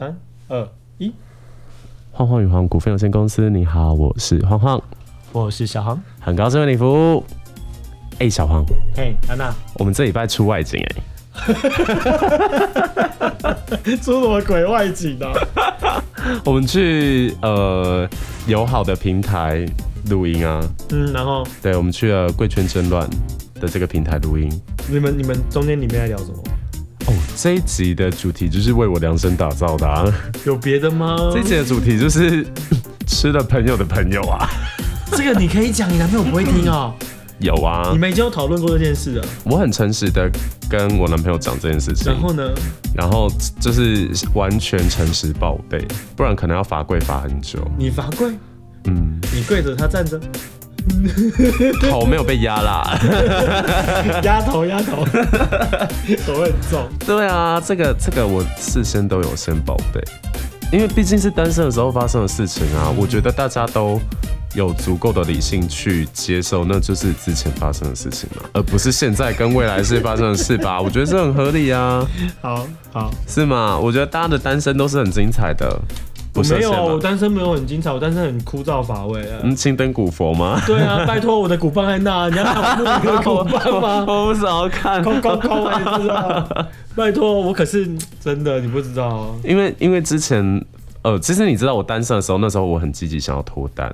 三二一，晃晃宇航股份有限公司，你好，我是晃晃，我是小航。很高兴为你服务。哎、小黄，嘿，安娜，我们这礼拜出外景哎、 出什么鬼外景啊呢、我们去呃友好的平台录音啊，嗯，然后对，我们去了贵圈争乱的这个平台录音。你们你们中间里面在聊什么？哦，这一集的主题就是为我量身打造的啊，有别的吗？这一集的主题就是 吃了朋友的朋友啊，这个你可以讲，你男朋友不会听哦。有啊 你，们已经有讨论过这件事了。我很诚实的跟我男朋友讲这件事情然，后呢？然后就是完全诚实报备，不然可能要罚跪罚很久。你罚跪，嗯，你跪着，他站着，头没有被压啦。 压头压 头，头很重。对啊，这个这个我事先都有先报备，因为毕竟是单身的时候发生的事情啊，我觉得大家都。有足够的理性去接受，那就是之前发生的事情嘛，而不是现在跟未来是发生的事 吧？我觉得这很合理啊，好好，是吗？我觉得大家的单身都是很精彩的，不我设没有限啊，我吗？单身没有很精彩，我单身很枯燥乏味啊。嗯，青灯古佛吗？ 对啊，拜托我的鼓棒在那，你要看我的鼓棒吗？我不想要看，空空空，我也哎知道。拜托，我可是真的，你不知道哦。因为因为之前，呃，其实你知道我单身的时候，那时候我很积极想要脱单，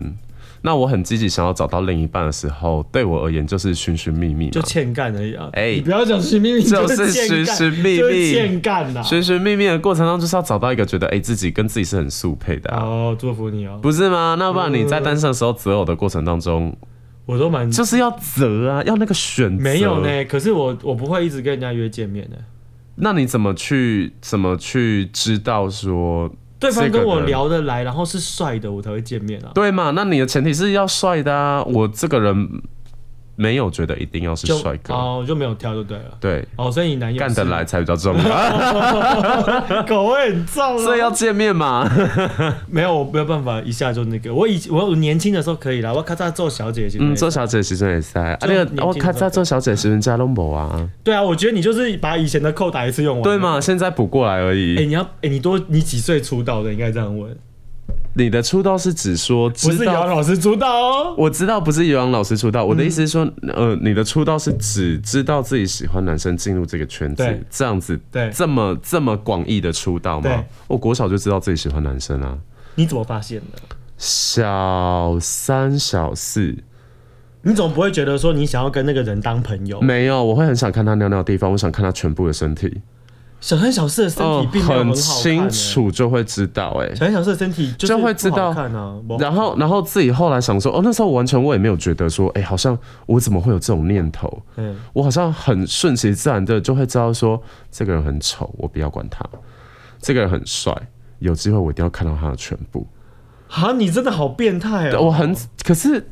那我很积极想要找到另一半的时候，对我而言就是寻寻觅觅就嘛，欠干而已啊！哎你不要讲寻觅觅，就是欠干寻寻觅觅就是欠干啦。寻寻觅觅的过程当中，就是要找到一个觉得哎、自己跟自己是很速配的、啊。哦，祝福你哦！不是吗？那不然你在单身的时候择偶的过程当中，我都蛮就是要择啊，要那个选嗯择。没有？呢，可是我我不会一直跟人家约见面的。那你怎么去怎么去知道说对方这个跟我人聊得来，然后是帅的，我才会见面啊。对嘛？那你的前提是要帅的啊。我这个人没有觉得一定要是就帅哥，哦，就没有挑就对了。对，哦，所以你男友干得是 来，才比较重要，啊口味很重啊。所以要见面嘛。没有，我没有办法一下就那个。我以我我年轻的时候可以啦，我咔嚓做小姐型。嗯，做小姐其实也塞啊，就那年个轻我咔的嚓做小姐其实人家都没啊，对啊，我觉得你就是把以前的扣打一次用完。对？嘛？现在补过来而哎、已。你要哎、你多你几岁出道的？应该这样问，你的出道是指说不是知姚道。老师出道哦。我知道不是以往老师出道，我的意思是说，嗯呃，你的出道是只知道自己喜欢男生进入这个圈对子，这样子，对这么这么广义的出道对吗？我国小就知道自己喜欢男生啊，你怎么发现的？小三小四你总不会觉得说你想要跟那个人当朋友？没有，我会很想看他尿尿的地方，我想看他全部的身体。小三小四的身体并没有哦很好看、欸清楚就会知道哎、小三小四的身体就是就会知道不好看啊。不然后，然后自己后来想说，哦，那时候完全我也没有觉得说，哎、好像我怎么会有这种念头？嗯，我好像很顺其自然的就会知道说，这个人很丑，我不要管他；这个人很帅，有机会我一定要看到他的全部。哈，你真的好变态哦、我很，可是，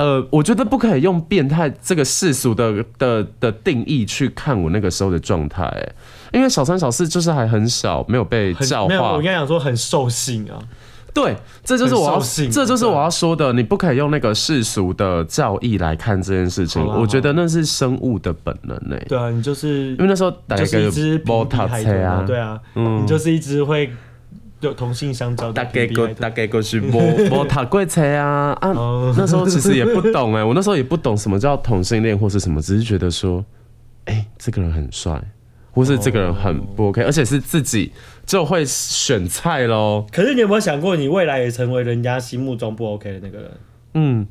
呃，我觉得不可以用变态这个世俗的的的定义去看我那个时候的状态、哎因为小三小四就是还很小，没有被很教没有，化我跟你讲说很兽性啊。对，这就是我要，很兽性这就是我要说的。你不可以用那个世俗的教义来看这件事情，好啦啊我觉得那是生物的本能呢、对啊，你就是因为那时候打就一是个一只皮波皮塔海菜豚啊，啊，对啊，嗯你就是一只会有同性相交的大皮概皮过海豚。大概过去 波波塔贵菜啊啊！哦 那时候其实也不懂哎、我那时候也不懂什么叫同性恋或是什么，只是觉得说，哎、这个人很帅，或是这个人很不哦 OK，、而且是自己就会选菜喽。可是你有没有想过，你未来也成为人家心目中不 OK 的那个人？嗯，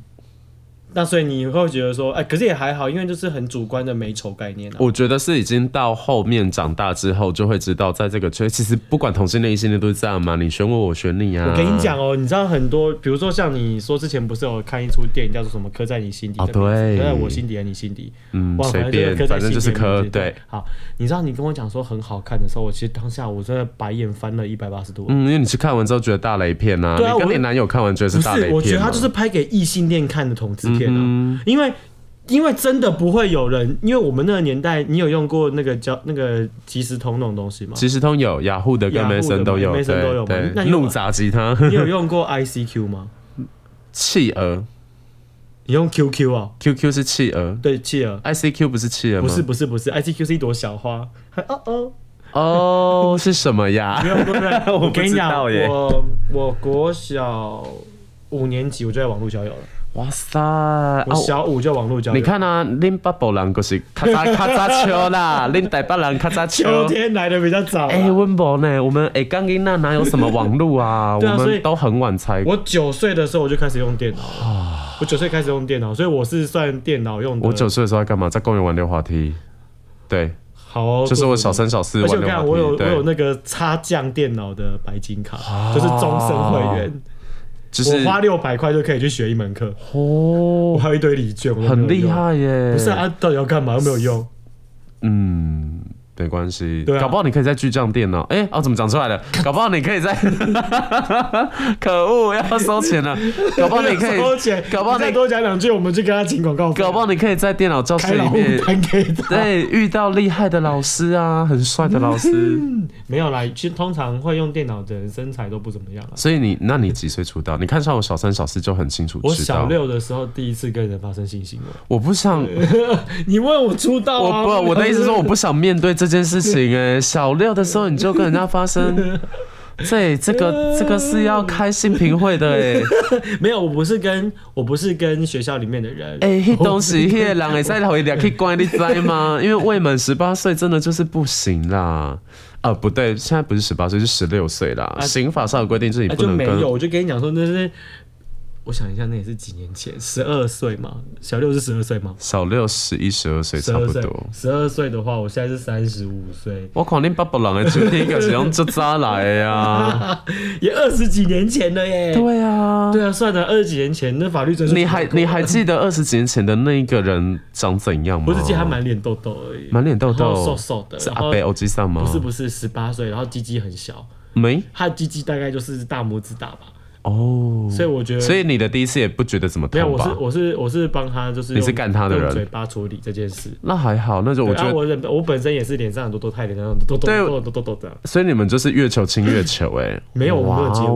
那所以你会觉得说，哎、可是也还好，因为就是很主观的美丑概念啊。我觉得是已经到后面长大之后，就会知道，在这个圈，其实不管同性恋、异性恋都是这样嘛，你选我，我选你啊。我跟你讲哦，你知道很多，比如说像你说之前不是有看一出电影叫做什么《刻在你心底》哦的名字对刻在我心底和你心底，嗯哇，，随反正就是便刻，在反正心就是底的磕名字对，。好，你知道你跟我讲说很好看的时候，我其实当下我真的白眼翻了一百八十度。嗯，因为你去看完之后觉得大雷片啊，对啊你跟我你男友看完觉得不是大雷是，片嘛，我觉得他就是拍给异性恋看的同志片啊，嗯因为因为真的不会有人，因为我们那个年代，你有用过那个叫那个即时通那种东西吗？即时通有，雅虎的跟雅虎的 Mason 都有， Mason 都有嘛对那对，你有啊怒砸吉他， 你有用过 ICQ 吗？企鹅你用 QQ 啊？ ，QQ 是企鹅对，企鹅。 ，ICQ 不是企鹅吗？不是不是不是，ICQ 是一朵小花。哦哦，哦，是什么呀 没？有，不 是我不跟你知讲，道耶我我国小五年级我就在网络交友了，哇塞！啊我小五就网络交友。你看啊，恁北部人就是咔嚓咔嚓笑啦，恁台北人咔嚓秋笑。天来的比较早啊。哎，温博呢？我们哎，刚刚那哪有什么网路啊？ 对啊我所以们都很晚才。我九岁的时候我就开始用电脑了，我九岁开始用电脑，所以我是算电脑用的。啊我九岁的时候在干嘛？在公园玩溜滑梯。对，好哦，就是我祝福小你三小四而且玩我溜看我有滑梯。我有对，啊那个插降电脑的白金卡，就是终身会员，就是我花六百块就可以去学一门课，我哦，还有一堆礼券，我都很没有厉用。害耶。不是啊，到底要干嘛？又没有用。嗯，没关系，对啊搞不好你可以在巨匠店呢、哎、哦，怎么讲出 来了？搞不好你可以在， 可恶，要收钱了。搞不 好你可以，收钱，搞不好你再你，多讲两句，我们去跟他请广告费。搞不好你可以在电脑教室开里老虎面，单给他。对，遇到厉害的老师啊，很帅的老师。没有啦，其实通常会用电脑的人身材都不怎么样啊。所以你，那你几岁出道？你看上我小三、小四就很清楚我知道小。六的时候第一次跟人发生性行为，我不想，你问我出道我啊？不，我的意思是说我不想面对这件事情、哎，小六的时候你就跟人家发生，这这个这个是要开性平会的、哎。没有，我不是跟我不是跟学校里面的人，啊哎、欸，迄当时 迄个人会使回俩去关你知吗？因为未满十八岁真的就是不行啦。啊，不对，现在不是十八岁，是十六岁啦。刑法上有规定，就是你啊不就能没跟有，我就跟你讲说那是，我想一下，那也是几年前，十二岁嘛，小六是十二岁吗？小六、十一、十二岁十差二不岁多，。十二岁的话，我现在是三十五岁，我看恁爸爸人的酒店个是用这渣来的啊。 也二十几年前了耶。对啊，对啊，算了，二十几年前那法律真是你还你还记得二十几年前的那一个人长怎样吗？我只记得他满脸痘痘而已，满脸痘然后瘦痘，瘦的，是啊哦然阿后北欧吉桑吗？不是不是十八岁，然后鸡鸡很小，没他的鸡鸡大概就是大拇指大吧，哦。所以我觉得所以你的第一次也不觉得怎么没有，痛我是吧？我是我是帮他，就是你是用干他的人用嘴巴处理这件事。那还好，那就我我觉得啊我人我本身也是脸上很多多太脸上很多多对多多多多这样，所以你们就是越求亲越求哎、没有我没有接吻，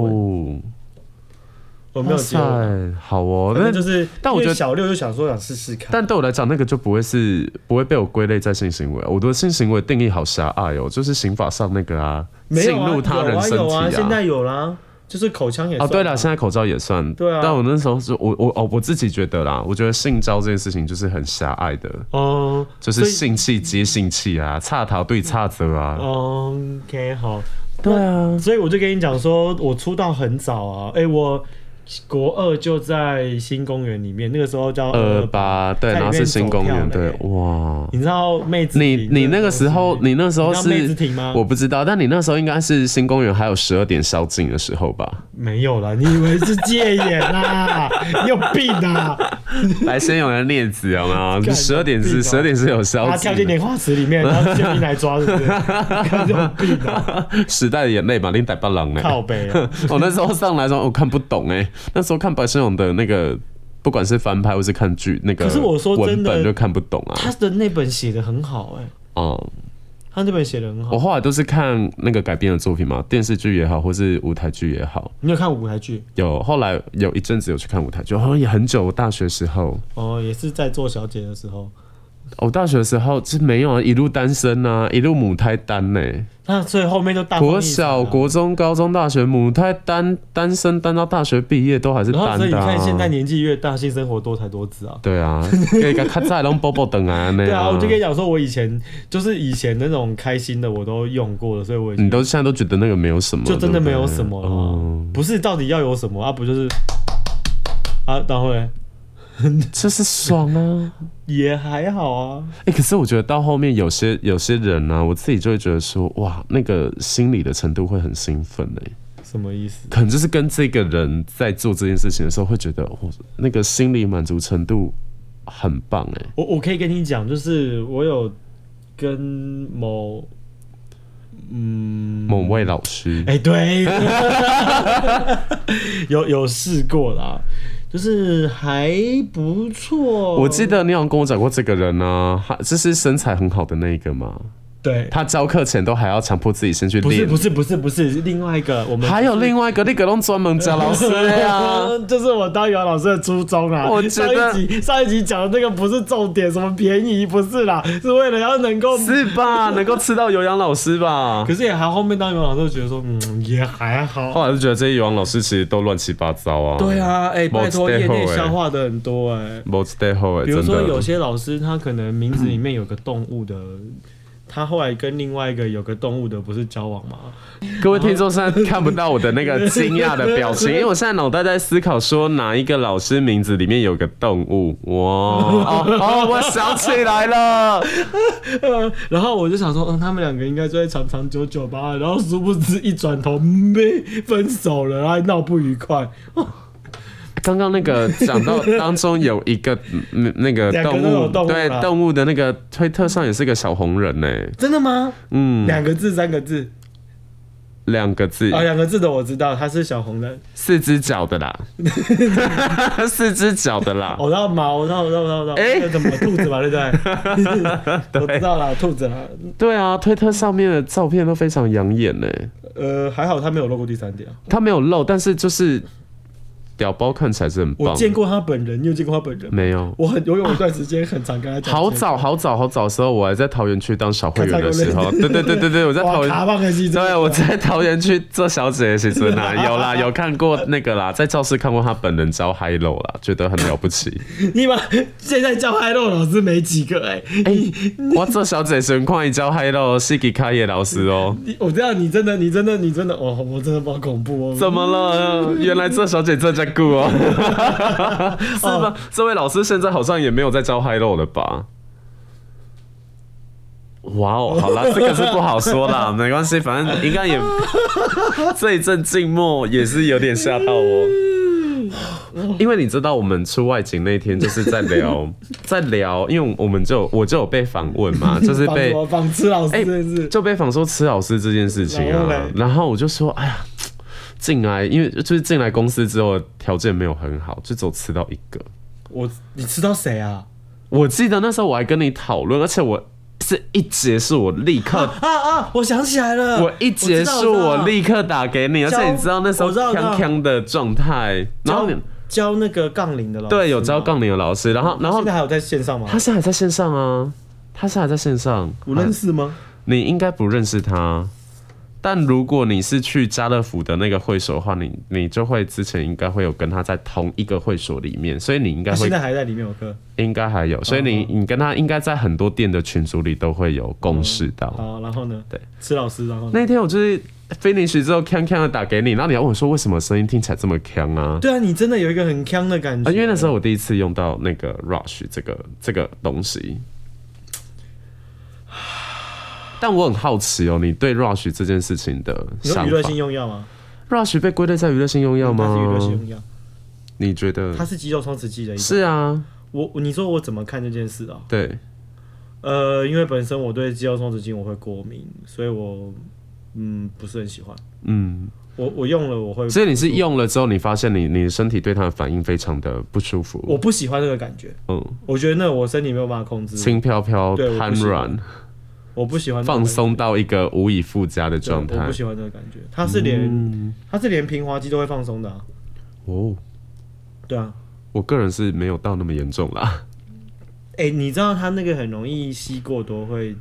我哇没有接吻，啊塞，好哦，反那正就是，但我觉得因为小六就想说想试试看，但对我来讲，那个就不会是不会被我归类在性行为啊。我对性行为定义好狭隘哦，就是刑法上那个啊，没进有啊入他人身有体啊有啊，现在有啦，就是口腔也哦，算对了，啊现在口罩也算。对啊但我那时候是我我哦，我自己觉得啦，我觉得性交这件事情就是很狭隘的，哦就是所以性器接性器啊，差逃对差责啊。嗯，OK 好，对啊，所以我就跟你讲说，我出道很早啊，哎、我国二就在新公园里面，那个时候叫二，八对，在里然后面是新走公跳园嘞对，哇。你知道妹子你亭你这那个东西时候，你那时候你知道妹子是亭吗？我不知道，但你那时候应该是新公园还有十二点宵禁的时 候吧？没有啦，你以为是戒严 啊？ 你有病啊！白先勇的镊子有没有？干十二点有是病吧十二点是有宵他跳进禁的。莲花池里 面，然后宪兵来抓，是不是？看这种病啊，时代的眼泪嘛，你逮不狼呢？靠北啊！ 我哦那时候上来说，我看不懂哎、那时候看白先勇的那个，不管是翻拍或是看剧，那个可是我说真文的本就看不懂啊。他的那本写的很好、哎，哦、他那本写的很好我。后来都是看那个改编的作品嘛，电视剧也好，或是舞台剧也好。你有看舞台剧？有有后来有一阵子有去看舞台剧，好像也很久，我大学时候。哦，也是在做小姐的时候。我、大学的时候是没有啊，一路单身啊，一路母胎单呢、那所以后面就大放异国彩啊小、国中、高中、大学母胎单单身单到大学毕业都还是然后单所以你的、啊。看，现在年纪越大，性生活多才多姿啊。对 啊，可以跟卡在龙波波等啊那对啊，样。我就跟你讲说，我以前就是以前那种开心的我都用过了，所以我已经你都现在都觉得那个没有什么，嗯就真的对不没嗯对有什么了啊、嗯不是到底要有什么啊？不就是啊？然后嘞，就是爽 啊！也还好啊。哎、可是我觉得到后面有些有些人啊，我自己就会觉得说，哇，那个心理的程度会很兴奋哎、什么意思？可能就是跟这个人在做这件事情的时候，会觉得哇，那个心理满足程度很棒哎、我我可以跟你讲，就是我有跟某嗯某位老师，哎、对， 有有试过啦，就是还不错。我记得你好像跟我讲过这个人呢、啊，他这是身材很好的那一个吗？对，他教课前都还要强迫自己先去不是练不。是不是不是，是另外一个我们还有另外一个那个弄专门教老师啊的 呀， 这是我当语文老师的初衷啊。我觉得上一集上一集讲的那个不是重点，什么便宜不是啦，是为了要能够。是吧？ 能够吃到有氧老师吧？可是也还后面当语文老师觉得说，嗯，也还好。后来就觉得这些有氧老师其实都乱七八糟啊。对，啊，哎、拜托，没业有内 stay 消 hold 化的很多哎、没 stay 后哎，比如真说有的。些老师他可能名字里面有个动物 的，他后来跟另外一个有个动物的不是交往吗？各位听众现在看不到我的那个惊讶的表情，因为我现在脑袋在思考说哪一个老师名字里面有个动物。哇 哦哦，我想起来了，然后我就想说，嗯，他们两个应该就会长长久久吧。然后殊不知一转头，嗯没分手了，然后还闹不愉快。刚刚那个讲到当中有一个嗯那个两个动都有物，动物啊对啦动物的那个推特上也是个小红人呢、真的吗？嗯，两个字、三个字两个字，啊，两个字的我知道，他是小红人。四只脚的啦， 四只脚的啦。我知道哦马，我知道，我知道，我知道，我知道，哎那个什么兔子嘛，对 不对？我知道啦，兔子啦。对啊，推特上面的照片都非常养眼呢、呃，还好他没有露过第三点。啊他没有露，但是就是屌包看起来是很棒。我见过他本人，你有见过他本人吗？没有？我很游泳一段时间，很常跟他讲。好早好早好早的时候，我还在桃园区当小会员的 时候，看对对对对对，我在哇，桃卡园，棒的戏，对，我在桃园区做小姐的时候呢， 有啦有看过那个啦，在教室看过他本人教 h i l o 啦，觉得很了 不起。你把现在叫嗨肉老师没几个哎、哎、我做小姐神快教 h i l o 是给开业老师哦。你我知道你真的，你真的，你真的，哦，我真的好恐怖哦。怎么了？原来这小姐这家顾哦，是吗？这位老师现在好像也没有在教 high low 了吧？哇哦，好啦，这个是不好说啦，没关系，反正应该也这一阵静默也是有点吓到我，因为你知道我们出外景那天就是在聊，在聊，因为我们就我就有被访问嘛，就是仿被什么仿吃老师哎真的是，就被访说吃老师这件事情然后啊嘞，然后我就说，哎呀，进来，因为就是进来公司之后条件没有很好，就只有吃到一个。我你知道谁啊？我记得那时候我还跟你讨论，而且我是一结束我立刻，啊啊！我想起来了，我一结束我立立刻打给你，而且你知道那时候我知道我知道康康的状态，然后你教那个杠铃的老师，对有教，杠铃的老师，然后然后现在还有在线上吗他？现在还在线上啊，他现在还在线上，我认识吗？你应该不认识他，但如果你是去家乐福的那个会所的话，你你就会之前应该会有跟他在同一个会所里面，所以你应该他会啊现在还哦在里面有课。应该还有，所以你你跟他应该在很多店的群组里都会有共识到。好，然后呢？哦对，吃老师，然后呢？那天我就是 finish 之后，锵锵的打给你，然后你要问我说为什么声音听起来这么锵啊？对啊，你真的有一个很强的感啊，觉，因为那时候候我第一次用到那个 Rush 这个这个 东西，但我很好奇哦，你对 Rush 这件事情的你说想娱乐法性用药吗？ ？Rush 被归类在娱乐性用药它是娱乐性吗？用药，你觉得它？是肌肉松弛剂的一种。是啊，我你说我怎么看这件事啊？对，呃，因为本身我对肌肉松弛剂我会过敏，所以我嗯不是很喜欢。嗯，我我用了我会，所以你是用了之后，你发现你你的身体对它的反应非常的不舒我服，不喜欢这个感觉，嗯，我觉得那我身体没有办法控制，轻飘飘、对我不瘫喜欢软、我不喜欢那个放感觉松到一个无以复加的对状我态嗯不。喜欢这个感觉。它是连、它是连平滑肌都会放松的、啊，哦，对啊。我个人是没有到那么严重啦， 哎、你知道它那个很容易吸过多会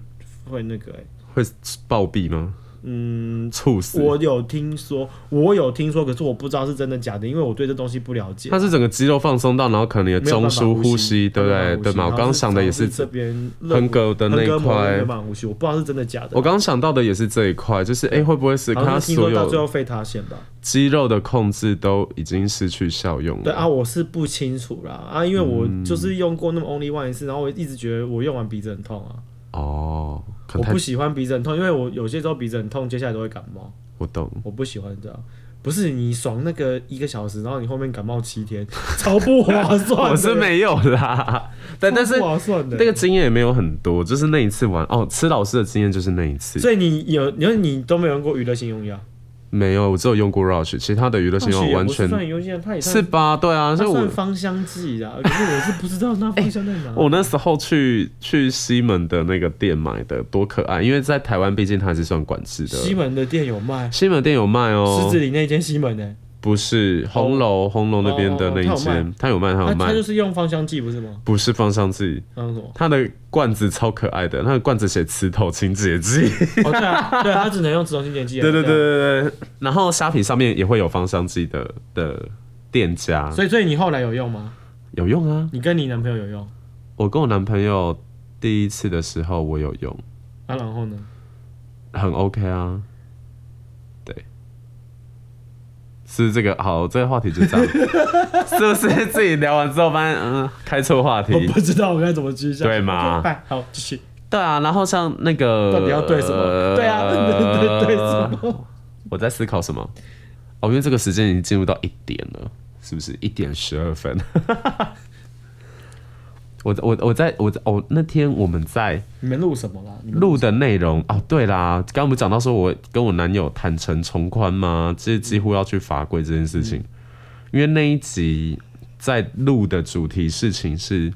会那个、欸，会暴毙吗？嗯，猝死。我有听说，我有听说，可是我不知道是真的假的，因为我对这东西不了解。它是整个肌肉放松到，然后可能也没有中办法枢呼呼吸，对不对？对嘛？我刚刚想的也是是，这边横膈的那一横膈膜没块有。办法呼吸，我不知道是真的假的。我刚刚想到的也是这一块，就是哎，会不会是好像它是听说所到最有嗯后肺塌陷吧？肌肉的控制都已经失去效用对啊，了？我是不清楚啦啊，因为我嗯就是用过那么 only one 一次，然后我一直觉得我用完鼻子很痛啊，哦，可我太不喜欢鼻子很痛，因为我有些时候鼻子很痛，接下来都会感冒，我懂。我不喜欢这样。不是你爽那个一个小时，然后你后面感冒七天，超不划算的。 我是没有啦， 但但是超不划算的那。个经验也没有很多，就是那一次玩哦，吃老师的经验就是那一次，所以你有，你说你都没有用过娱乐性用药，没有，我只有用过 Rush，其他的娱乐新哦闻我完全算很优秀，他也是算吧？对啊，它所以我哦算芳香剂啦， 可是我是不知道那芳香在哪。我那时候去去西门的那个店买的，多可爱！因为在台湾，毕竟它还是算管制的。西门的店有卖，西门店有卖哦狮，子林那间西门呢，不是红楼，红楼那边的那一哦哦间，它有卖，它它有卖它，就是用芳香剂不是吗？不是放上自己。那是什 么？它的罐子超可爱的，它的罐子写“磁头清洁 剂哦对啊，对啊，它只能用止痛清洁”，剂。对对对啊。对对。然后虾皮上面也会有芳香剂的的店家，所以所以你后来有用吗？有用啊！你跟你男朋友有用？我跟我男朋友第一次的时候，我有用，啊，然后呢？很 OK 啊。对，是这个好，这个话题就 这样，是不是自己聊完之后发现嗯开错话题？我不知道我该怎么继续下去。对嘛呃 OK，拜，好，继续。对啊，然后像那个到底要对什么对啊呃对对对什么？我在思考什么？哦，因为这个时间已经进入到一点了，是不是一点十二分？ 我我我在我在哦，那天我们在你们录什么啦？你们录的内容哦，对啦，刚刚不是讲到说我跟我男友坦诚从宽吗？这几乎要去罚跪这件事情，因为那一集在录的主题事情是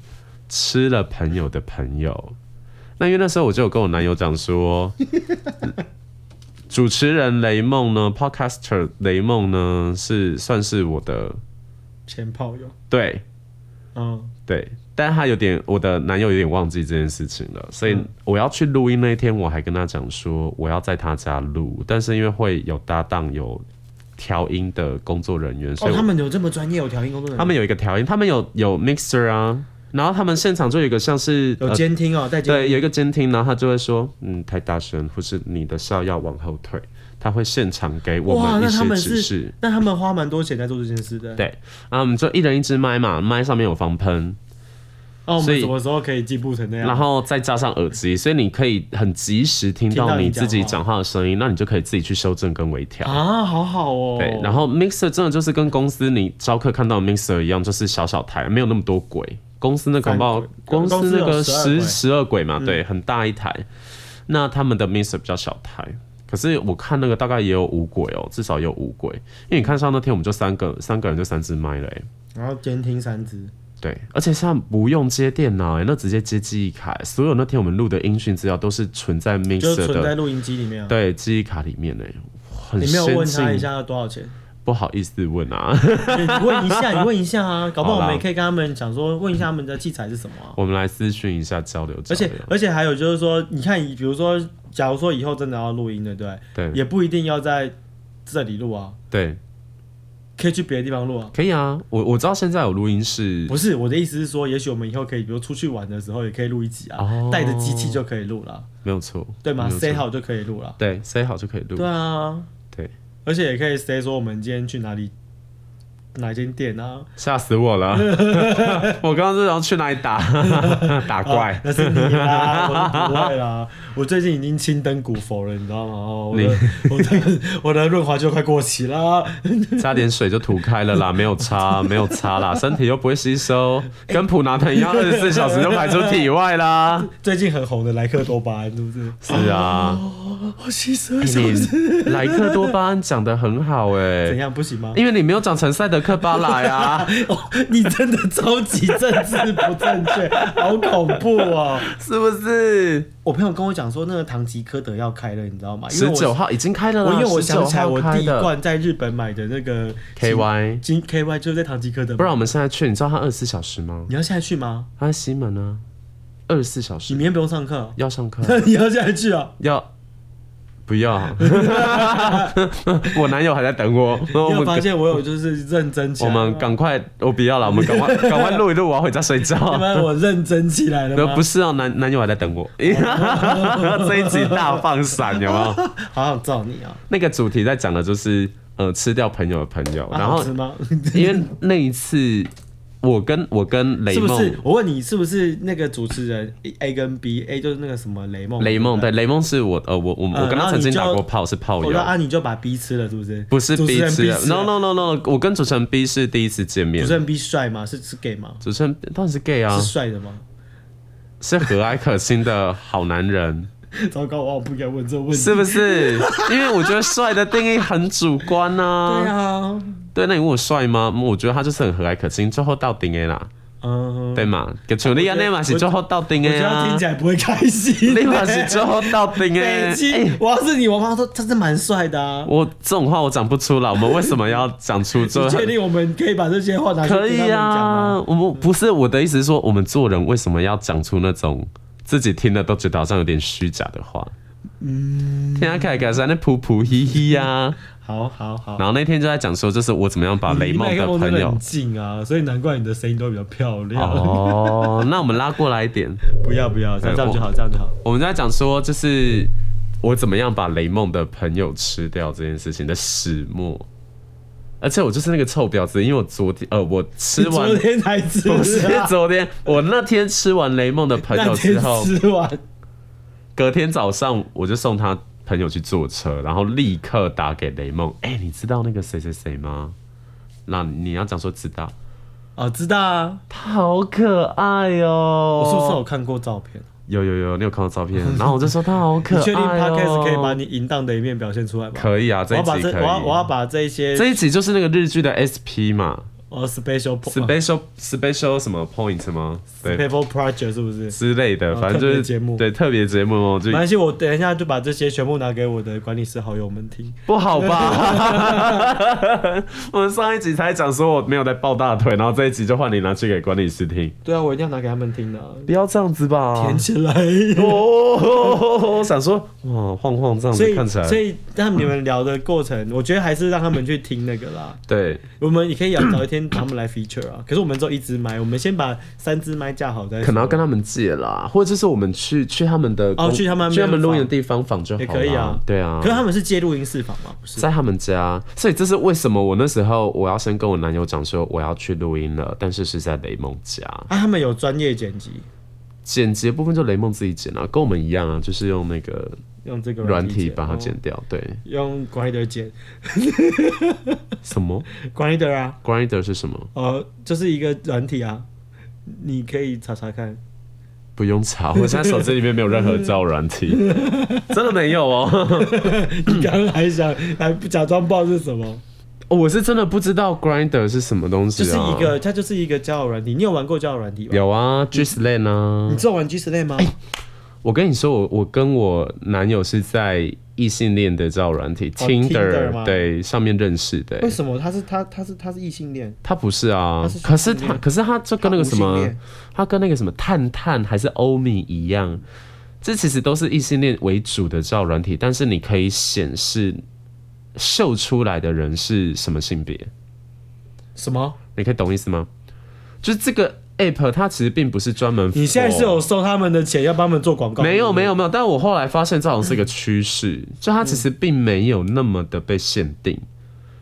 吃了朋友的朋友，那因为那时候我就有跟我男友讲说， 主持人雷梦呢，podcaster 雷梦呢是算是我的前炮友，对嗯，对，但他有点，我的男友有点忘记这件事情了，所以我要去录音那一天，我还跟他讲说我要在他家录，但是因为会有搭档有调音的工作人员，所哦，以我、他们有这么专业，有调音工作人员，他们有一个调音，他们有有 mixer 啊，然后他们现场就有一个像是有呃监听哦，在监对，有一个监听，然后他就会说，嗯，太大声，或是你的笑要往后退，他会现场给我哇们一那他些们指是示。那他们花蛮多钱在做这件事的。对啊，我们就一人一支麦嘛，麦上面有防喷，那哦我所以们什么时候可以进步成那然样？后再加上耳机，所以你可以很及时听听到到你你自己讲讲话的声音，那你就可以自己去修正跟微调。啊，好好哦。对，然后 mixer 真的就是跟公司你招客看到的 mixer 一样，就是小小台，没有那么多轨。公司那个三报，轨公司那个公司有十12十二轨嗯嘛，对，很大一台。那他们的 mixer 比较小台，可是我看那个大概也有五轨哦，至少也有五轨。因为你看上那天我们就三个三个人就三支麦了、欸，然后监听三只，对，而且现在不用接电脑、欸，那直接接记忆卡、所有那天我们录的音讯资料都是存在就 Mixer 存在的录音机里面啊。对记忆卡里面呢、很你没有先问他一进。下要多少钱？ 不好意思问啊， 你问一下，你问一下啊，搞不好我好啦们也可以跟他们讲说，问一下他们的器材是什么啊。我们来私讯一下交流交而且流。而且还有就是说，你看，比如说，假如说以后真的要录音了，对不对，对也不一定要在这里录啊，对，可以去别的地方录啊。可以啊，我我知道现在有录音室不是我的意思是说，也许我们以后可以，比如出去玩的时候也可以录一集啊，哦带着机器就可以录了，没有错，对吗没有错？say 好就可以录了，对塞好就可以录对，啊，对，而且也可以 say 说我们今天去哪里，哪间店啊？吓死我了！ 我刚刚是要去哪里打 打怪啊，那是你啦， 我是不会啦。我最近已经青灯古佛了，你知道吗？哦，我的我的我的润滑就快过期啦。 加点水就涂开了啦，没有擦，没有擦啦， 身体又不会吸收，哎跟普拿疼一样，二十四小时就排出体外啦。最近很红的莱克多巴胺，是不是？哦是 啊，我其实你莱克多巴胺讲的很好哎、怎样不行吗？因为你没有讲成赛德克巴莱啊， 哦，你真的超级政治不正确，好恐怖哦！是不是？我朋友跟我讲说，那个唐吉诃德要开了，你知道吗？因为十我九号已经开了啦，我因为我19想起来，号我开第一的罐在日本买的那个 KY，金 KY 就是在唐吉诃德。不然我们现在去，你知道他二十四小时吗？你要现在去吗？他在西门啊，二十四小你时明天不用上课， 要上课，那你要现在去啊？要不要？ 我男友还在等我，我你有们发现我有就是认真起我来吗，们 赶快，我不要了，我们赶快赶快录一录，我要回家睡你觉。们我认真起来了呃吗？不是啊，男男友还在等 我， 这一集大放闪有没有？好想照你啊！那个主题在讲的就是呃，吃掉朋友的朋友，啊然好后吃吗？因为那一次我跟我跟雷是不梦是？我问你，是不是那个主持人 A- A 跟 B？A 就是那个什么雷梦，雷梦对对雷梦是我呃我我我啊跟然他后曾你经打就过炮是炮不对。我说友，啊，你就把 B 吃了，是不是？不是主持彼人此 B 吃了 No no no no，我跟主持人 B 是第一次见面主持，人 B 帅吗？是是 gay 吗？主持人当然是 gay 啊是，帅的吗？是和蔼可亲的好男人。糟糕，我好像不应该问这个问题。是不是？因为我觉得帅的定义很主观呐、对啊，对，那你问我帅吗？嗯我觉得他就是很和蔼可亲，最后到顶 A 啦，嗯，对嘛？跟像你安尼嘛是最后到顶我 A 觉得啊听起，来不会开心、啊你嘛是最后到顶 A 北。京，哎我要是你，我妈说他是蛮帅的啊。我这种话我讲不出来，我们为什么要讲出这你？确定我们可以把这些话拿去可跟他们以讲吗？啊，我们不是我的意思是说，我们做人为什么要讲出那种自己听了都觉得好像有点虚假的话？嗯，天啊，凯凯在那噗噗嘻嘻啊，好好好，然后那天就在讲说，就是我怎么样把雷梦你离麦的克风朋真的友很。近啊，所以难怪你的声音都比较漂亮。哦， 那我们拉过来一点，不要不要，这样这样就好，这样就好。我们在讲说，就是我怎么样把雷梦的朋友吃掉这件事情的始末。而且我就是那个臭婊子，因为我昨天呃，我吃完昨天才吃啊， 不是昨天，我那天吃完雷梦的朋那友之天后，吃完，隔天早上我就送他朋友去坐车，然后立刻打给雷梦，哎、你知道那个谁谁谁吗？那你要讲说知道，哦，知道啊，他好可爱哦、我是不是有看过照片？有有有，你有看到照 片？然后我就说他好可你爱、哦。确定 podcast 可以把你淫荡的一面表现出来吗？可以啊，我这一要把集这，可我要我要以。把这一些这一集就是那个日剧的 SP 嘛呃 special po- ，special special 什么 point 吗？对 paper project 是不是？之类的，哦反正就特别是节目对特别节目哦，就没关系，我等一下就把这些全部拿给我的管理师好友们听。不 好吧？ 我们上一集才讲说我没有在抱大腿，然后这一集就换你拿去给管理师听，对啊，我一定要拿给他们听的啊、不要这样子吧？填起来。哦，我想说哇，晃晃这样所子以看起来，所以让你们聊的过程，我觉得还是让他们去听那个啦。对我们也可以找找一天把他们来 feature 啊。可是我们只有一支麦，我们先把三支麦架好再说。可能要跟他们借啦，或者就是我们去去他们的公哦去他们去他们那边录音的访地方访就好也可以啦啊对啊可。是他们是借录音室房吗？不是。在他们家，所以这是为什么我那时候我要先跟我男友讲说我要去录音了，但是是在雷蒙家。啊，他们有专业剪辑，剪辑的部分就雷蒙自己剪了、跟我们一样啊，就是用那个用这个软体剪把它剪哦掉。对，用 Grinder 剪什么 Grinder 啊， grinder 是什么？呃，就是一个软体啊，你可以查查 看。不用查，我现在手机里面没有任何招软 体，真的没有哦。你刚刚还想还不假装不知道是什么，哦我是真的不知道 grinder 是什么东西、就啊，是一个它就是一个交友软体。你有玩过交友软体吗？有哎啊 g s l a n 啊你。知道玩 G Slay 吗？我跟你说，我我跟我男友是在异性恋的交友软体、哦 Tinder 吗对上面认识的、欸为什么他是他他是他是异性恋？他不是啊，他是可是同性他恋可是他就跟那个什他无性么恋，他跟那个什么探探还是欧米一样，这其实都是异性恋为主的照软体，但是你可以显示秀出来的人是什么性别，什么？你可以懂意思吗？就是这个 app 它其实并不是专门 for，你现在是有收他们的钱要帮他们做广告？没有没有，有没有，但我后来发现这好像是一个趋势，就它其实并没有那么的被限定。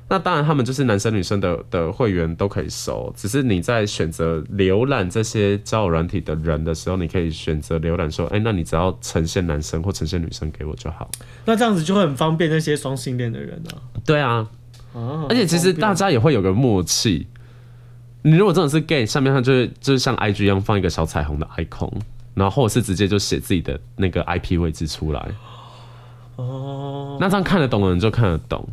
那当然，他们就是男生女生的的会员都可以收，只是你在选择浏览这些交友软体的人的时候，你可以选择浏览说，哎、那你只要呈现男生或呈现女生给我就好。那这样子就会很方便那些双性恋的人啊。对啊，啊，而且其实很方大家也会有个默契。你如果真的是 gay，上面它就是就是像 IG 一样放一个小彩虹的 icon，然后或者是直接就写自己的那个 IP 位置出来。便哦，嗯那这样看得懂的人就看得懂。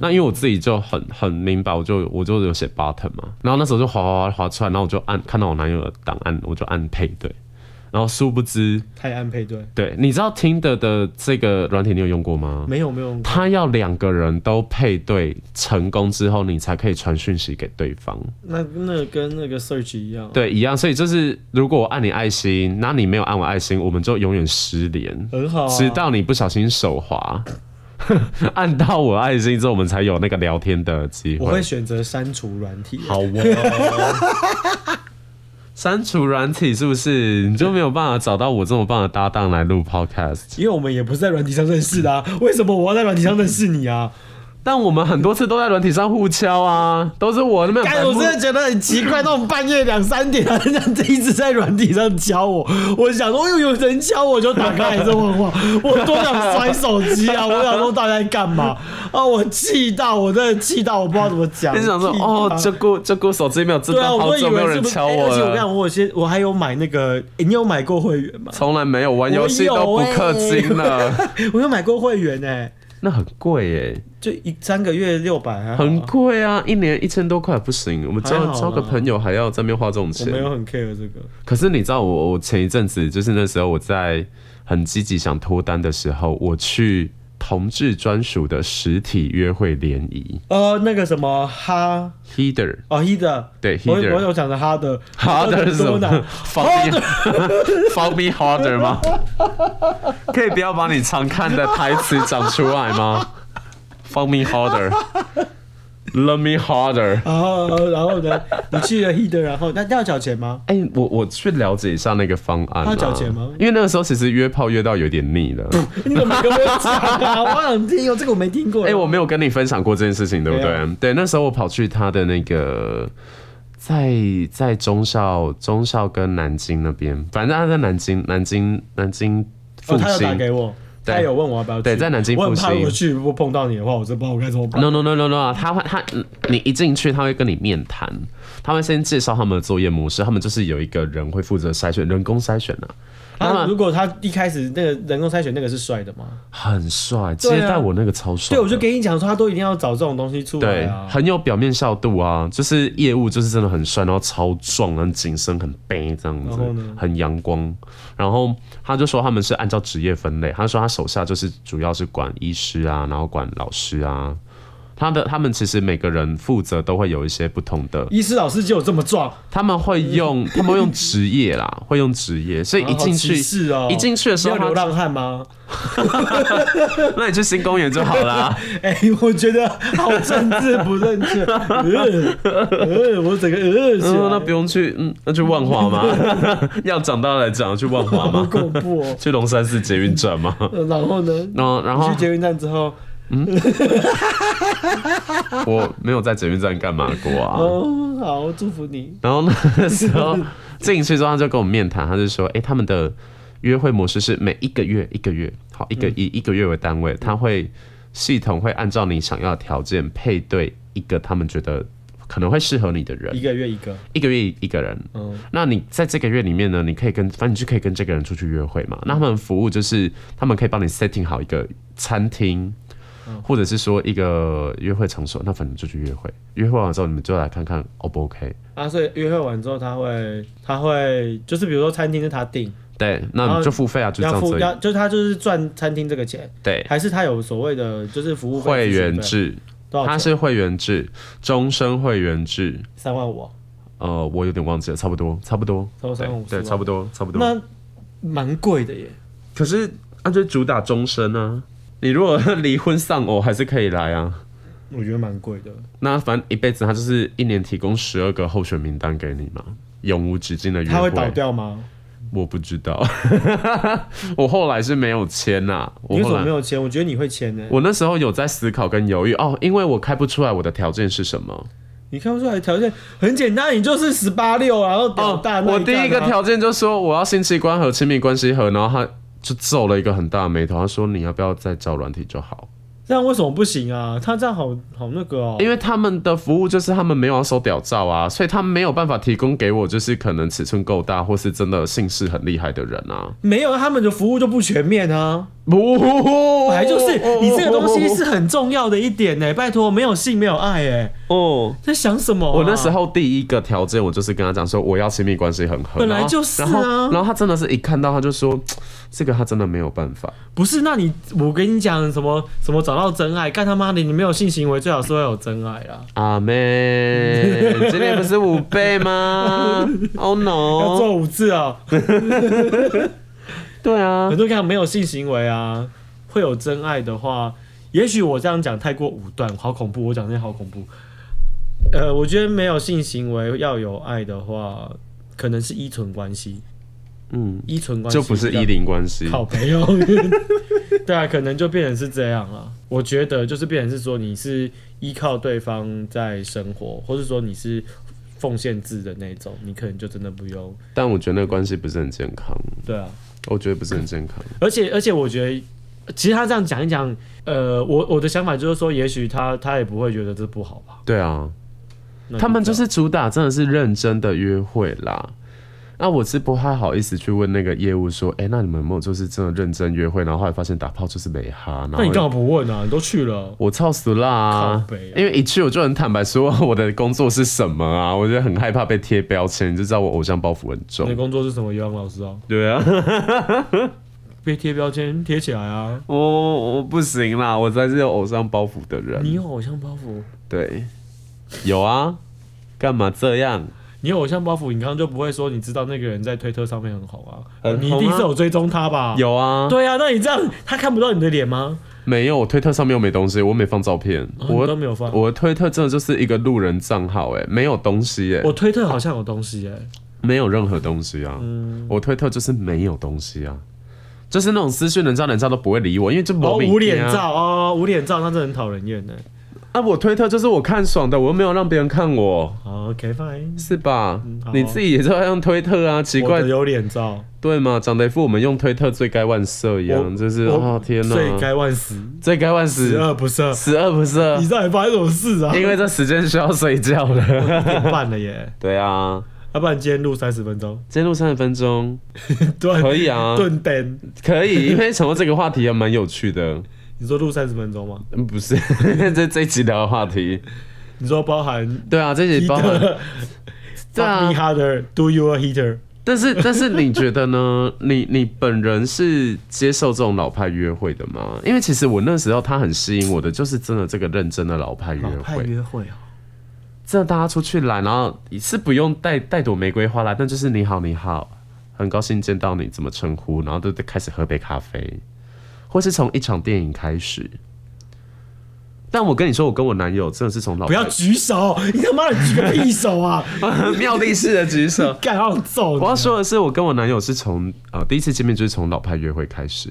那因为我自己就很很明白，我就我就有写 button 嘛，然后那时候就滑滑滑滑出来，然后我就按看到我男友的档案，我就按配对，然后殊不知，太安配对，对，你知道听的的这个软体你有用过吗？没有没有，他要两个人都配对成功之后，你才可以传讯息给对方。那那跟那个 search 一样，对，一样。所以就是，如果我按你爱心，那你没有按我爱心，我们就永远失联。很好、啊，直到你不小心手滑， 按到我爱心之后，我们才有那个聊天的机我会会。选择删除软体。啊好哦。 删除软体是不是你就没有办法找到我这么棒的搭档来录 podcast？因为我们也不是在软体上认识的啊，为什么我要在软体上认识你啊？但我们很多次都在软体上互敲啊，都是我那 边哎，我真的觉得很奇怪，到半夜两三点，还人家一直在软体上敲我，我想说，又哦有人敲我就打开来这问话， 我多想摔手机啊！我想说大家在干嘛啊？我气到，我真的气到，我不知道怎么讲。你想说气到哦，这个这个手机没有自对啊，动好我以久没有为是人不是？敲哎而且我跟你了，讲，我有些我还有买那个，哎你有买过会员吗？从来没有玩游戏都不氪欸金啊呢，我有买过会员哎、 那很贵耶，就一三个月六百啊，很贵啊，一年一千多块不行，我们还交好啦交个朋友还要在那边花这种我没有钱。很 care 这个。可是你知道我我前一阵子就是那时候我在很积极想脱单的时候，我去同志专属的实体约会联谊哦，那个什么哈 Heater。哦 he 的，对我，Heater 我有讲的哈的， Harder 是什多么难。 ？Found me, found me harder 吗？可以不要把你常看的台词讲出来吗？Found me harder, love me harder。然后然后呢，你去了 he 的，然后那那要缴钱 吗？哎、我我去了解一下那个方案、啊。他缴钱吗嗯因为那个时候其实约炮约到有点腻了。你怎么跟我讲啊？我想听哦，这个我没听过。哎、我没有跟你分享过这件事情，对不没对？对，那时候我跑去他的那个，在在中校、中校跟南京那边，反正他在南京、南京、南京哦复他有打兴。给我，对他有问我要不要去。对在南京我很复怕兴如果去，如果碰到你的话，我真不知道我该怎么办。 No no no no no，他会他你一进去，他会跟你面谈，他会先介绍他们的作业模式，他们就是有一个人会负责筛选，人工筛选啊，他他们如果他一开始那个人工筛选那个是帅的 吗？很帅，对啊接待我那个超帅对，的，我就跟你讲说，他都一定要找这种东西出来对啊。很有表面效度啊，就是业务就是真的很帅，然后超壮，很紧身，很背这样然子后呢，很阳光。然后他就说他们是按照职业分类，他说他手下就是主要是管医师啊，然后管老师啊。他的他们其实每个人负责都会有一些不同的医师老师就有这么壮，他们会 用，他们会用职业啦，会用职业，所以一进去，是哦，一进去的你时有候，流他浪汉吗？那你去新公园就好 啦。 哎、我觉得好政治不正 确，呃呃，我整个呃起嗯，来，那不用去，嗯，那去万华 嘛，要长大来讲去万华好 嘛，恐怖 哦。去龙山寺捷运站嘛。呃然后呢？然后，然你后去捷运站之后，我没有在捷运站干嘛过啊。哦，好，祝福你。然后那时 候进去之后，他就跟我面谈，他就说：“哎、他们的约会模式是每一个月一个月，好一个嗯以、一个月为单位，他会系统会按照你想要的条件配对一个他们觉得可能会适合你的人一，个月一个，一个月一一个人。嗯，那你在这个月里面呢，你可以跟反正你就可以跟这个人出去约会嗯嘛。那他们服务就是他们可以帮你 setting 好一个餐厅。”嗯或者是说一个约会场所，那反正就去约会。约会完之后，你们就来看看 O 不 OK？啊，所以约会完之后，他会，他会，就是比如说餐厅是他订，对，那你就付费啊，就这要样子付而已。要，就是他就是赚餐厅这个钱，对，还是他有所谓的就是服务费会员咨询费哦制，多它少钱？是会员制，终身会员制。三万五哦，呃，我有点忘记了，差不多，差不多，差不多对三万五，对，差不多，多，差不多。那蛮贵的耶。可是啊，就主打终身啊。你如果离婚丧偶，还是可以来啊。我觉得蛮贵的，那反正一辈子，他就是一年提供十二个候选名单给你嘛，永无止境的约他会倒会。掉吗？我不知道， 我后来是没有签呐、你我为什后么来没有签？我觉得你会签呢、我那时候有在思考跟犹豫哦，因为我开不出来我的条件是什么。你看不出来条件很简单，你就是十八六，啊然后屌大、那哦我干啊第一个嘛，条件就说我要性器官和亲密关系和，然后他就皱了一个很大的眉头，他说你要不要再找软体就好，这样为什么不行啊？他这样好好那个哦、因为他们的服务就是他们没有要收屌照啊，所以他们没有办法提供给我就是可能尺寸够大或是真的性事很厉害的人啊。没有他们的服务就不全面啊，不，本来就是哦你这个东西是很重要的一点呢、拜托，没有性没有爱哎、哦。在想什么啊、我那时候第一个条件，我就是跟他讲说我要亲密关系很合，本来然后就是啊然后然后他真的是一看到他就说，这个他真的没有办法。不是，那你我跟你讲什么什么找到真爱，干他妈的，你没有性行为最好是会有真爱啊啦。阿妹，今天不是五倍 吗？Oh 要 no！做五次啊、对啊很，多人讲没有性行为啊，会有真爱的话，也许我这样讲太过武断，好恐怖，我讲这些好恐怖。呃，我觉得没有性行为要有爱的话，可能是依存关系，嗯，依存关系就不是比较依零关系。靠朋友， 对啊，可能就变成是这样了。我觉得就是变成是说你是依靠对方在生活，或是说你是奉献制的那种，你可能就真的不用。但我觉得那个关系不是很健康，对啊，我觉得不是很健康。而且而且我觉得，其实他这样讲一讲，呃，我我的想法就是说，也许他他也不会觉得这不好吧。对啊，那他们这就样是主打真的是认真的约会啦。那、我是不太好意思去问那个业务说，哎、那你们有没有就是真的认真约会？然后后来发现打炮就是没哈，然后那你干嘛不问啊？你都去了，我操死啦、靠北啊因为一去我就很坦白说我的工作是什么啊，我觉得很害怕被贴标签，你就知道我偶像包袱很你的重。工作是什么？有氧老师啊，对啊，别贴标签，贴起来啊！我我我不行啦，我才是有偶像包袱的你人。有偶像包袱，对，有啊，干嘛这样？你有偶像包袱，你刚刚就不会说你知道那个人在推特上面很红啊，很你红啊一定是有追踪他吧？。有啊，对啊，那你这样他看不到你的脸吗？没有，我推特上面又没东西，我没放照片，哦你我都没有放我的推特真的就是一个路人账号、哎，没有东西、哎我，推特好像有东西哎、没有任何东西啊，嗯我推特就是没有东西啊，就是那种私讯人家，人家都不会理我，啊因为就哦，某无脸照哦，无脸照那真的很讨人厌呢。啊，我推特就是我看爽的，我又没有让别人看我，好 OK fine，是吧？嗯好啊你自己也是要用推特啊，奇我怪的，有脸照，对吗？长得一副我们用推特罪该万赦一样，我就是我哦天哪，罪该万死，罪该万十死，恶不赦。十恶不你赦，到底发生什么事 啊？因为这时间需要睡觉了。 点半了耶，对啊，要不然今天录三十分钟，今天录三十分钟，可对，以啊，顿灯。可以，因为想到这个话题还蛮有趣的。你说录三十分钟吗？嗯不是， 这这一集聊的话题，你说包含对啊，这集包含 heater，fuck 对啊 me harder, do you a heater？但是，但是你觉得呢？ 你你本人是接受这种老派约会的吗？因为其实我那时候他很吸引我的，就是真的这个认真的老派约老派会，约会哦，真的大家出去来，然后是不用带带朵玫瑰花来，但就是你好你好，很高兴见到你，怎么称呼？然后就就开始喝杯咖啡，或是从一场电影开始。但我跟你说，我跟我男友真的是从老不要举手，你他妈的举个屁手啊！ 妙力式的举手，干，好想揍你我！要说的是，我跟我男友是从呃第一次见面就是从老派约会开始。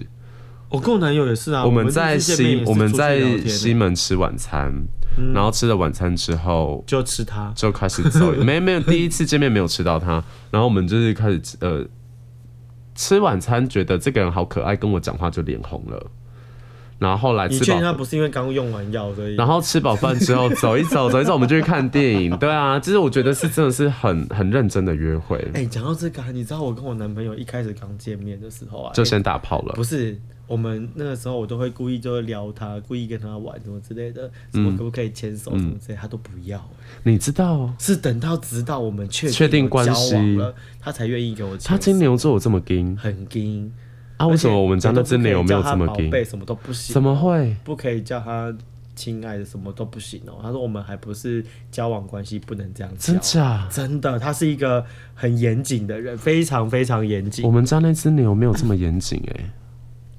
我跟我男友也是啊，我们们在第一次见面西也是我们出去聊在天嗯西门吃晚餐，然后吃了晚餐之后就吃它，就开始 走，没没有第一次见面没有吃到他，然后我们就是开始呃吃晚餐，觉得这个人好可爱，跟我讲话就脸红了，然后后来你吃确定他饱。不是因为刚用完药所以？然后吃饱饭之后走一走，走一走，我们就去看电 影。对啊，就是我觉得是真的是很很认真的约会，哎、讲到这个啊，你知道我跟我男朋友一开始刚见面的时候啊，就哎先打炮了不。是我们那个时候，我都会故意就会撩他，故意跟他玩什么之类的，什嗯么可不可以牵手什么之类，他都不要、你知道是等到直到我们确确定有关交往系了，他才愿意给我牵手。他金牛座有这么硬很硬啊？为什么我们家那只牛没有这么宝硬？贝什么都不行，怎么会？不可以叫他亲爱的什么都不行哦。他说我们还不是交往关系，不能这样真交。假？真的，他是一个很严谨的人，非常非常严谨我。们家那只牛没有这么严谨哎，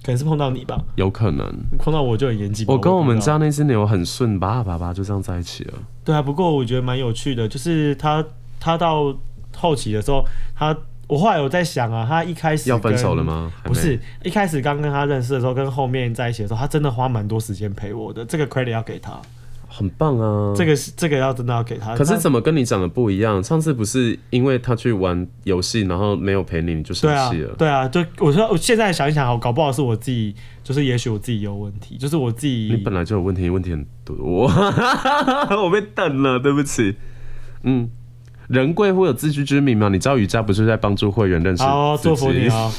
可能是碰到你吧，有可能。碰到我就很严谨吧。我跟我也不们知道家那只牛很顺，叭叭叭就这样在一起了。对啊，不过我觉得蛮有趣的，就是他他到后期的时候，他我后来有在想啊，他一开始要分跟手了？吗？还不没，是，一开始刚跟他认识的时候，跟后面在一起的时候，他真的花蛮多时间陪我的，这个 credit 要给他，很棒啊。这个是这个要真的要给他。嗯可是那怎么跟你讲的不一样？上次不是因为他去玩游戏，然后没有陪你，你就生对啊气了，。对啊，就我说，我现在想一想，好，搞不好是我自己，就是也许我自己有问题，就是我自你己本来就有问题，问题很 多。我被等了，对不起。嗯，人贵会有自知之明嘛？你知道瑜伽不是在帮助会员认识好哦自己祝福你啊、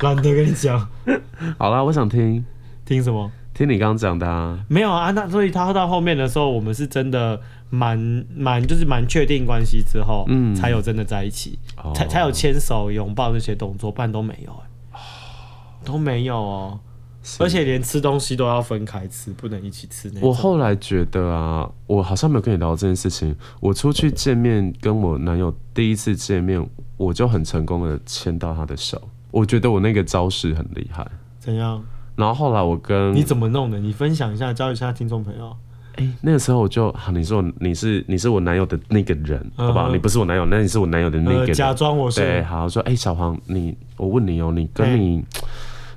懒得跟你讲， 好啦，我想听听什么？听你刚刚讲的啊。没有啊，那所以他到后面的时候，我们是真的蛮蛮就是蛮确定关系之后，嗯，嗯才有真的在一起，哦才才有牵手、拥抱那些动作，不然都没有、欸， 都没有哦、是而且连吃东西都要分开吃，不能一起吃那种。我后来觉得啊，我好像没有跟你聊这件事情。我出去见面，跟我男友第一次见面，我就很成功的牵到他的手。我觉得我那个招式很厉害。怎样？然后后来我跟你怎么弄的？你分享一下，教一下听众朋友。哎、那个时候我就好、你是我你是你是我男友的那个人，好不好？嗯你不是我男友，那你是我男友的那个呃，人。假装我对，是好，说哎、小黄，你我问你哦、你跟嘿你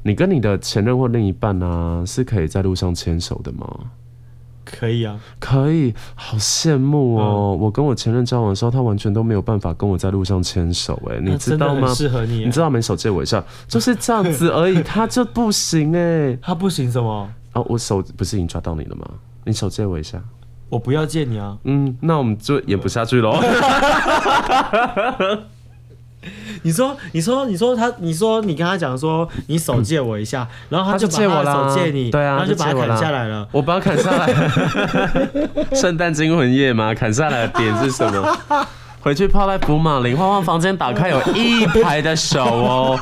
你跟你的前任或另一半啊，是可以在路上牵手的吗？可以啊，可以，好羡慕哦！嗯我跟我前任交往的时候，他完全都没有办法跟我在路上牵手、哎，那你知啊真的道很吗？适合你耶，欸你知道没？手借我一下，就是这样子而已，他就不行哎、他不行什么？哦，我手不是已经抓到你了吗？你手借我一下。我不要见你啊！嗯，那我们就演不下去喽。你说，你说，你说他，你说你跟他讲说你手借我一下，然后他就把借我他的啦，手借你，对啊，然后就把借它我啦砍下来了。我把它砍下来， 圣诞惊魂夜嘛，砍下来的点是什么？回去泡在福马林，欢欢房间打开有一排的手 哦，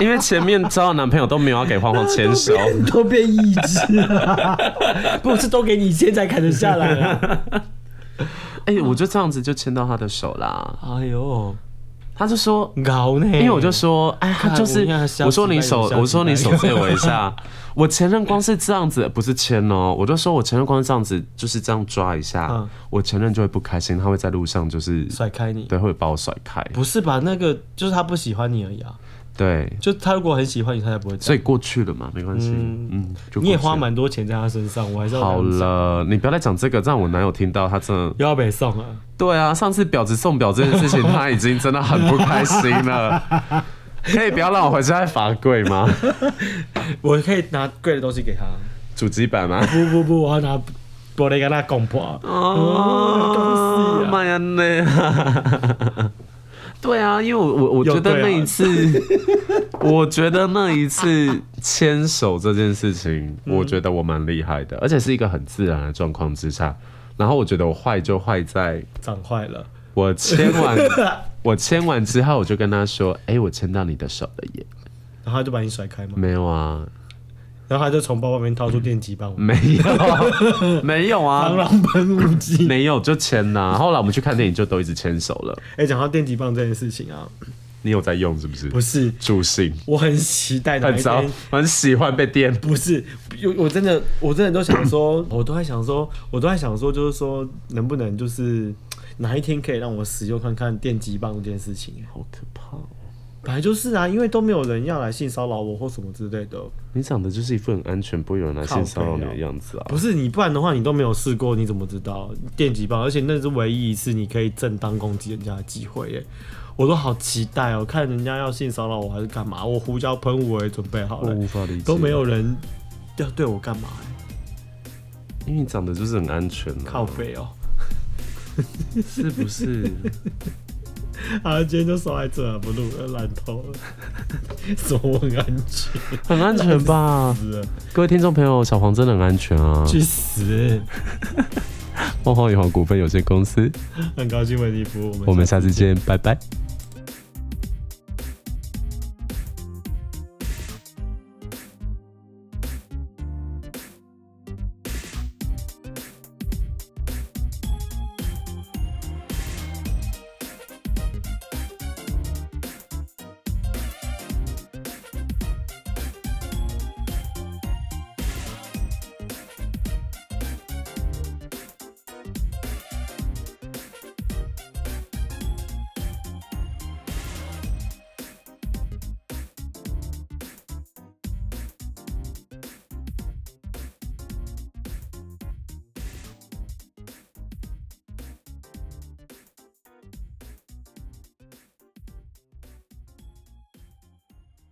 因为前面交的男朋友都没有要给欢欢牵手。都变意志了， 不是都给你现在砍得下来了？ 哎、我就这样子就牵到他的手啦。 哎呦，他就说，搞呢！因因为我就说，哎，他就是嗯看我现在，我说你手，相信我说你手相借我一 下。我前任光是这样子，不是牵哦，我就说我前任光是这样子，就是这样抓一下，嗯我前任就会不开心，他会在路上就是甩开你，对，会把我甩开。不是吧？那个就是他不喜欢你而已啊。对，就他如果很喜欢你，他才不会这所样。以过去了嘛，没关系。嗯，就过去了你也花蛮多钱在他身上，我还是要好这样讲，了，你不要再讲这个，让我男友听到，他真的又要被送了。对啊。上次婊子送婊这件事情，他已经真的很不开心了。 可以不要让我回去再罚跪吗？我可以拿贵的东西给他。主机版 啊 吗？不不不，我要拿玻璃给他嗯拱破。啊哦，妈呀那样！对啊，因为我我我觉又对得啊那一次， 我觉得那一次牵手这件事情，我觉得我蛮厉害的，而且是一个很自然的状况之下。然后我觉得我坏就坏在长坏了，我牵完， 我牵完之后，我就跟他说：“哎、我牵到你的手了耶然后他就把你甩开！”嘛，没有啊，然后他就从包包里面掏出电击棒，没有，没 有螳啊，螂喷雾剂。没有就牵呐、后来我们去看电影，就都一直牵手了。 哎，讲到电击棒这件事情啊，你有在用是不是？不是，助兴，我很期待哪一很糟天。，很喜欢被电。不是，有我真的，我真的都想 说，我都在想说，我都在想说，就是说，能不能就是哪一天可以让我使用看看电击棒这件事情、好可怕、哦！本来就是啊，因为都没有人要来性骚扰我或什么之类的。你长得就是一副很安全，不会有人来哦性骚扰你的样子啊不！是你，不然的话你都没有试过，你怎么知道电击棒？而且那是唯一一次你可以正当攻击人家的机会耶！我都好期待哦，看人家要性骚扰我还是干嘛？我胡椒喷雾我也准备好我了，无法理解，都没有，人要对我干嘛耶？因为你长得就是很安全、啊，靠背哦！是 不是？啊，今天就说在这，不录了，烂透了， 说我很安全，很安全吧？ 死了，各位听众朋友，小黄真的很安全啊！去死！万华银行股份有限公司，很高兴为你服务，我们下次见，拜拜。